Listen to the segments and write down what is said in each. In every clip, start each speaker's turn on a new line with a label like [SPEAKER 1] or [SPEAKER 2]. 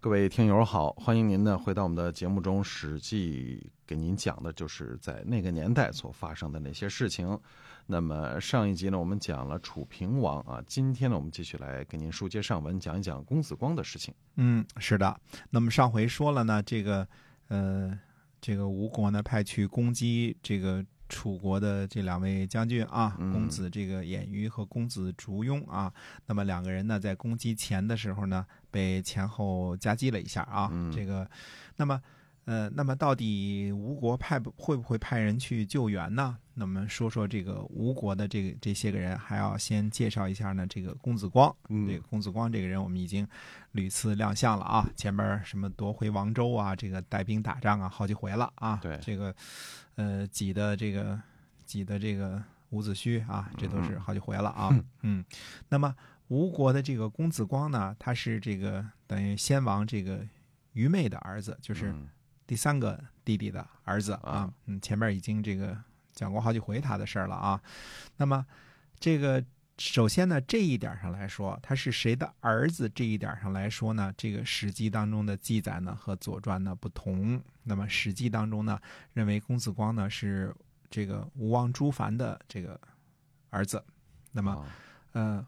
[SPEAKER 1] 各位听友好，欢迎您呢回到我们的节目中，《史记》给您讲的就是在那个年代所发生的那些事情。那么上一集呢，我们讲了楚平王啊，今天呢，我们继续来给您书接上文，讲一讲公子光的事情。
[SPEAKER 2] 嗯，是的。那么上回说了呢，这个呃，这个吴国呢派去攻击这个楚国的这两位将军啊，
[SPEAKER 1] 嗯
[SPEAKER 2] 公子这个偃瑜和公子烛庸啊。那么两个人呢，在攻击前的时候呢，被前后夹击了一下啊。
[SPEAKER 1] 嗯
[SPEAKER 2] 这个，那么呃，那么到底吴国派不会不会派人去救援呢？那么说说这个吴国的这个这些个人，还要先介绍一下呢，这个公子光。
[SPEAKER 1] 嗯
[SPEAKER 2] 这个公子光这个人，我们已经屡次亮相了啊，前边什么夺回王州啊，这个带兵打仗啊，好几回了啊。
[SPEAKER 1] 对
[SPEAKER 2] 这个呃挤的这个挤的这个伍子胥啊，这都是好几回了啊。 嗯，那么吴国的这个公子光呢，他是这个等于先王这个愚昧的儿子，就是
[SPEAKER 1] 嗯
[SPEAKER 2] 第三个弟弟的儿子啊
[SPEAKER 1] 啊。
[SPEAKER 2] 嗯，前面已经这个讲过好几回他的事儿了啊。那么这个首先呢，这一点上来说，他是谁的儿子这一点上来说呢，这个《史记》当中的记载呢和《左传呢》不同。那么《史记》当中呢，认为公子光呢是这个吴王朱凡的这个儿子。那么
[SPEAKER 1] 啊
[SPEAKER 2] 呃，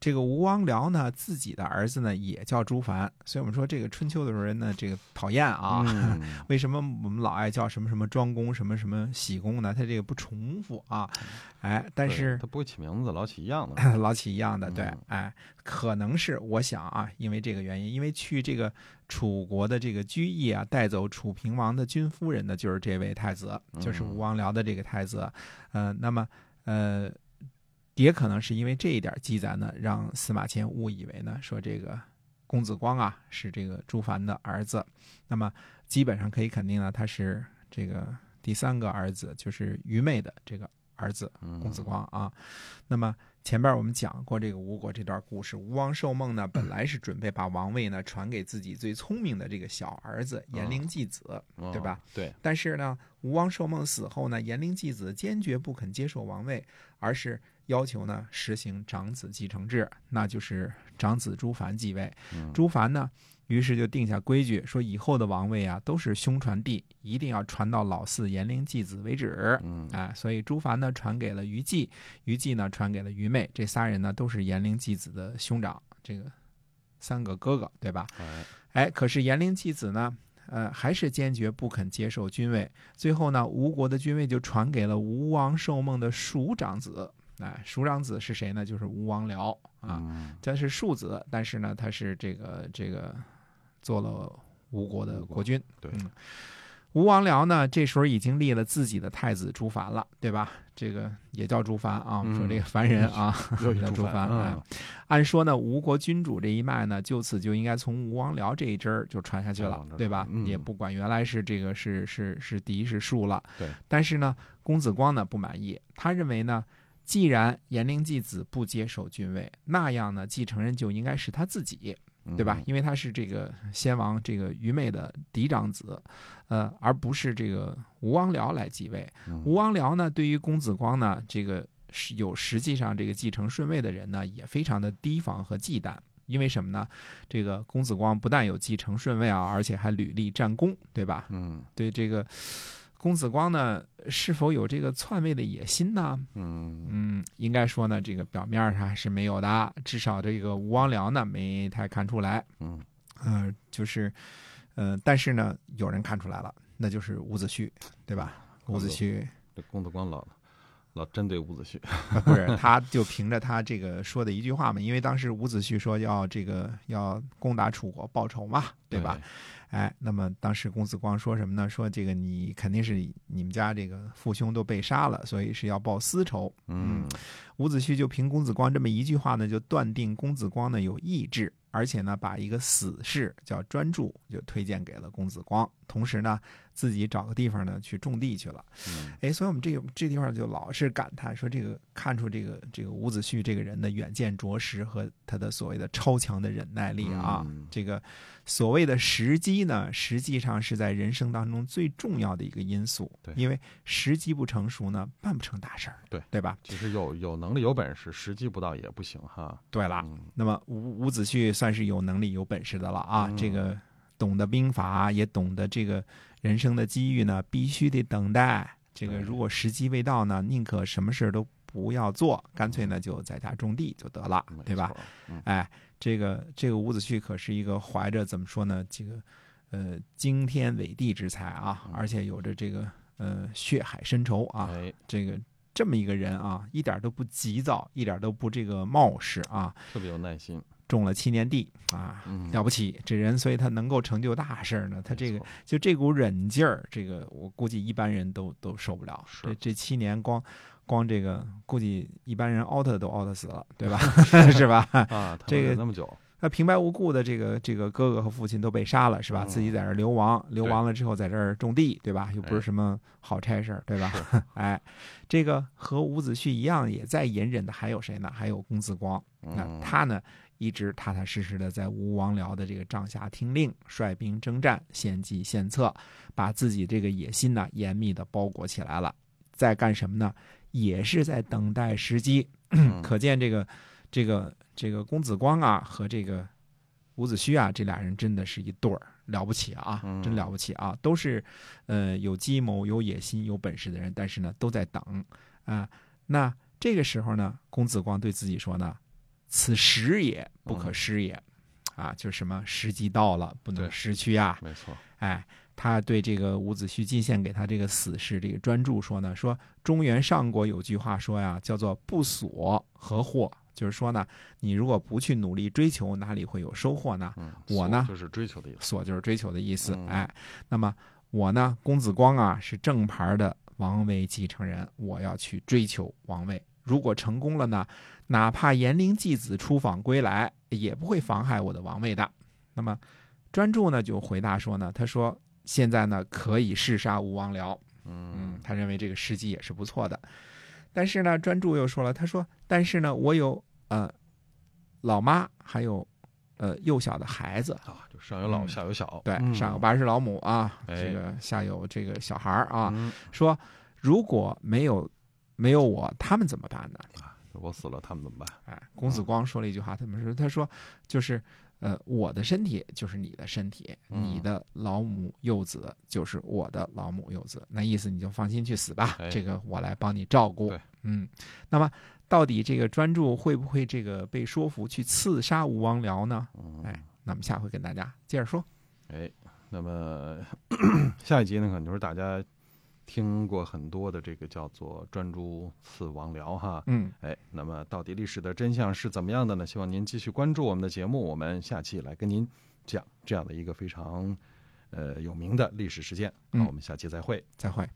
[SPEAKER 2] 这个吴王僚呢，自己的儿子呢也叫朱凡，所以我们说这个春秋的时候人呢，这个讨厌啊。
[SPEAKER 1] 嗯
[SPEAKER 2] 为什么我们老爱叫什么什么庄公、什么什么喜公呢？他这个不重复啊，哎， 但
[SPEAKER 1] 对
[SPEAKER 2] 是
[SPEAKER 1] 他不会起名字，老起一样的。
[SPEAKER 2] 老起一样的，对
[SPEAKER 1] 嗯，
[SPEAKER 2] 哎，可能是我想啊，因为这个原因，因为去这个楚国的这个居易啊，带走楚平王的君夫人呢，就是这位太子，就是
[SPEAKER 1] 嗯
[SPEAKER 2] 吴王僚的这个太子，呃，那么呃，也可能是因为这一点记载呢，让司马迁误以为呢，说这个公子光啊是这个朱凡的儿子，那么基本上可以肯定呢，他是这个第三个儿子，就是愚昧的这个儿子。
[SPEAKER 1] 嗯
[SPEAKER 2] 公子光啊。那么前边我们讲过这个吴国这段故事，吴王寿梦呢，
[SPEAKER 1] 嗯
[SPEAKER 2] 本来是准备把王位呢传给自己最聪明的这个小儿子颜
[SPEAKER 1] 啊
[SPEAKER 2] 陵季子，对吧？
[SPEAKER 1] 哦对，
[SPEAKER 2] 但是呢，吴王寿梦死后呢，颜陵季子坚决不肯接受王位，而是要求呢实行长子继承制，那就是长子朱凡继位。
[SPEAKER 1] 嗯
[SPEAKER 2] 朱凡呢，于是就定下规矩，说以后的王位啊都是兄传弟，一定要传到老四颜陵季子为止。
[SPEAKER 1] 嗯
[SPEAKER 2] 啊，所以朱凡呢传给了于季，于季呢传给了于妹，这仨人呢都是颜陵季子的兄长，这个三个哥哥，对吧？
[SPEAKER 1] 哎
[SPEAKER 2] 哎，可是颜陵季子呢，呃，还是坚决不肯接受君位。最后呢，吴国的君位就传给了吴王寿梦的庶长子。哎，庶长子是谁呢？就是吴王僚啊，
[SPEAKER 1] 嗯
[SPEAKER 2] 他是庶子，但是呢，他是这个这个做了吴国的国君。
[SPEAKER 1] 对
[SPEAKER 2] 嗯吴王僚呢，这时候已经立了自己的太子朱凡了，对吧？这个也叫朱凡啊，我们说这个凡人啊，
[SPEAKER 1] 又一
[SPEAKER 2] 叫朱
[SPEAKER 1] 朱
[SPEAKER 2] 凡。
[SPEAKER 1] 凡
[SPEAKER 2] 哎
[SPEAKER 1] 嗯，
[SPEAKER 2] 按说呢，吴国君主这一脉呢，就此就应该从吴王僚这一支儿就传下去
[SPEAKER 1] 再
[SPEAKER 2] 了
[SPEAKER 1] 往这，儿
[SPEAKER 2] 对吧？
[SPEAKER 1] 传嗯
[SPEAKER 2] 也不管原来是这个是是是嫡是庶了。
[SPEAKER 1] 对。
[SPEAKER 2] 但是呢，公子光呢不满意，他认为呢，既然颜陵季子不接受君位，那样呢，继承人就应该是他自己。哎
[SPEAKER 1] 嗯
[SPEAKER 2] 对吧？？因为他是这个先王这个愚昧的嫡长子，呃，而不是这个吴王僚来继位。
[SPEAKER 1] 嗯
[SPEAKER 2] 吴王僚呢，对于公子光呢，这个是有实际上这个继承顺位的人呢，也非常的提防和忌惮。因为什么呢？这个公子光不但有继承顺位啊，而且还屡立战功，对吧？
[SPEAKER 1] 嗯
[SPEAKER 2] 对这个公子光呢，是否有这个篡位的野心呢？
[SPEAKER 1] 嗯
[SPEAKER 2] 嗯，应该说呢，这个表面上还是没有的，至少这个吴王僚呢没太看出来。
[SPEAKER 1] 嗯
[SPEAKER 2] 呃，就是，呃，但是呢，有人看出来了，那就是伍子胥，对吧？伍子胥呃
[SPEAKER 1] 这公子光老老针对伍子胥，
[SPEAKER 2] 不是，他就凭着他这个说的一句话嘛，因为当时伍子胥说要这个要攻打楚国报仇嘛，对吧？？哎，那么当时公子光说什么呢？说这个你肯定是你们家这个父兄都被杀了，所以是要报私仇。
[SPEAKER 1] 嗯
[SPEAKER 2] 伍子胥就凭公子光这么一句话呢，就断定公子光呢有意志，而且呢把一个死士叫专注就推荐给了公子光，同时呢自己找个地方呢去种地去了。
[SPEAKER 1] 嗯
[SPEAKER 2] 哎，所以我们这个这地方就老是感叹说，这个看出这个这个伍子胥这个人的远见卓识和他的所谓的超强的忍耐力啊，
[SPEAKER 1] 嗯
[SPEAKER 2] 这个所谓的时机呢，实际上是在人生当中最重要的一个因素。
[SPEAKER 1] 对
[SPEAKER 2] 因为时机不成熟呢，办不成大事儿。
[SPEAKER 1] 对，
[SPEAKER 2] 对吧？
[SPEAKER 1] 其实有有能力有本事，时机不到也不行哈。
[SPEAKER 2] 对了，
[SPEAKER 1] 嗯，
[SPEAKER 2] 那么伍伍子胥算是有能力、有本事的了啊。
[SPEAKER 1] 嗯
[SPEAKER 2] 这个懂得兵法，也懂得这个人生的机遇呢，必须得等待。这个
[SPEAKER 1] 对
[SPEAKER 2] 如果时机未到呢，宁可什么事儿都不要做，干脆呢就在家种地就得了，
[SPEAKER 1] 没
[SPEAKER 2] 对吧？
[SPEAKER 1] 错？嗯，
[SPEAKER 2] 哎，这个这个伍子胥可是一个怀着怎么说呢，这个呃惊天伟地之才啊，
[SPEAKER 1] 嗯
[SPEAKER 2] 而且有着这个呃血海深仇啊，
[SPEAKER 1] 哎，
[SPEAKER 2] 这个这么一个人啊，一点都不急躁，一点都不这个冒失啊，
[SPEAKER 1] 特别有耐心。
[SPEAKER 2] 种了七年地啊，
[SPEAKER 1] 嗯，
[SPEAKER 2] 了不起，这人所以他能够成就大事儿呢，他
[SPEAKER 1] 没
[SPEAKER 2] 这个
[SPEAKER 1] 错
[SPEAKER 2] 就这股忍劲儿，这个我估计一般人都都受不了。
[SPEAKER 1] 是
[SPEAKER 2] 这这七年光光这个，估计一般人 out 都 out 死了，对 吧？ 是吧？
[SPEAKER 1] 啊，他
[SPEAKER 2] 这
[SPEAKER 1] 们
[SPEAKER 2] 个
[SPEAKER 1] 忍那么久，
[SPEAKER 2] 那平白无故的这个这个哥哥和父亲都被杀了，是吧？
[SPEAKER 1] 嗯
[SPEAKER 2] 自己在这儿流亡，流
[SPEAKER 1] 对
[SPEAKER 2] 亡了之后在这儿种地，对吧？又不是
[SPEAKER 1] 哎
[SPEAKER 2] 什么好差事儿，对吧？
[SPEAKER 1] 是
[SPEAKER 2] 哎，这个和伍子胥一样，也在隐忍的还有谁呢？还有公子光。那
[SPEAKER 1] 嗯
[SPEAKER 2] 他呢，一直踏踏实实的在吴王僚的这个帐下听令，率兵征战，献计献策，把自己这个野心呢严密的包裹起来了。在干什么呢？也是在等待时机。
[SPEAKER 1] 嗯
[SPEAKER 2] 可见这个这个这个公子光啊和这个伍子胥啊，这俩人真的是一对儿，了不起啊，
[SPEAKER 1] 嗯
[SPEAKER 2] 真了不起啊，都是呃有计谋、有野心、有本事的人，但是呢都在等啊、那这个时候呢，公子光对自己说呢：“此时也不可失也。啊，就是什么时机到了，不能
[SPEAKER 1] 嗯对
[SPEAKER 2] 失去啊！
[SPEAKER 1] 没错，
[SPEAKER 2] 哎，他对这个伍子胥进献给他这个死士这个专注说呢，说中原上国有句话说呀，叫做“不索何获”，就是说呢，你如果不去努力追求，哪里会有收获呢？
[SPEAKER 1] 嗯，
[SPEAKER 2] 我
[SPEAKER 1] 所
[SPEAKER 2] 呢
[SPEAKER 1] 就是追求的意思，
[SPEAKER 2] 索就是追求的意思，
[SPEAKER 1] 嗯
[SPEAKER 2] 哎，那么我呢，公子光啊，是正牌的王位继承人，我要去追求王位。如果成功了呢，哪怕严陵继子出访归来，也不会妨害我的王位的。那么，专注呢就回答说呢，他说现在呢可以弑杀吴王僚，嗯
[SPEAKER 1] 嗯，，
[SPEAKER 2] 他认为这个时机也是不错的。但是呢，专注又说了，他说，但是呢，我有呃老妈，还有呃幼小的孩子，
[SPEAKER 1] 啊，就上有老，
[SPEAKER 2] 嗯
[SPEAKER 1] 下有小，
[SPEAKER 2] 对，
[SPEAKER 1] 嗯
[SPEAKER 2] 上有八十老母啊，
[SPEAKER 1] 哎
[SPEAKER 2] 这个下有这个小孩儿啊，
[SPEAKER 1] 嗯
[SPEAKER 2] 说如果没有没有我，他们怎么办呢？
[SPEAKER 1] 我死了，他们怎么办？
[SPEAKER 2] 哎，公子光说了一句话，他们说，他说就是。呃，我的身体就是你的身体，
[SPEAKER 1] 嗯
[SPEAKER 2] 你的老母幼子就是我的老母幼子，那意思你就放心去死吧，
[SPEAKER 1] 哎
[SPEAKER 2] 这个我来帮你照顾
[SPEAKER 1] 对。
[SPEAKER 2] 嗯，那么到底这个专注会不会这个被说服去刺杀吴王僚呢？
[SPEAKER 1] 嗯，
[SPEAKER 2] 哎，那么下回跟大家接着说。
[SPEAKER 1] 哎，那么 下一集呢，可能就是大家听过很多的这个叫做“专诸刺王僚”哈。
[SPEAKER 2] 嗯，
[SPEAKER 1] 哎，那么到底历史的真相是怎么样的呢？希望您继续关注我们的节目，我们下期来跟您讲这样的一个非常呃有名的历史事件。那
[SPEAKER 2] 嗯
[SPEAKER 1] 我们下期再会。
[SPEAKER 2] 再会。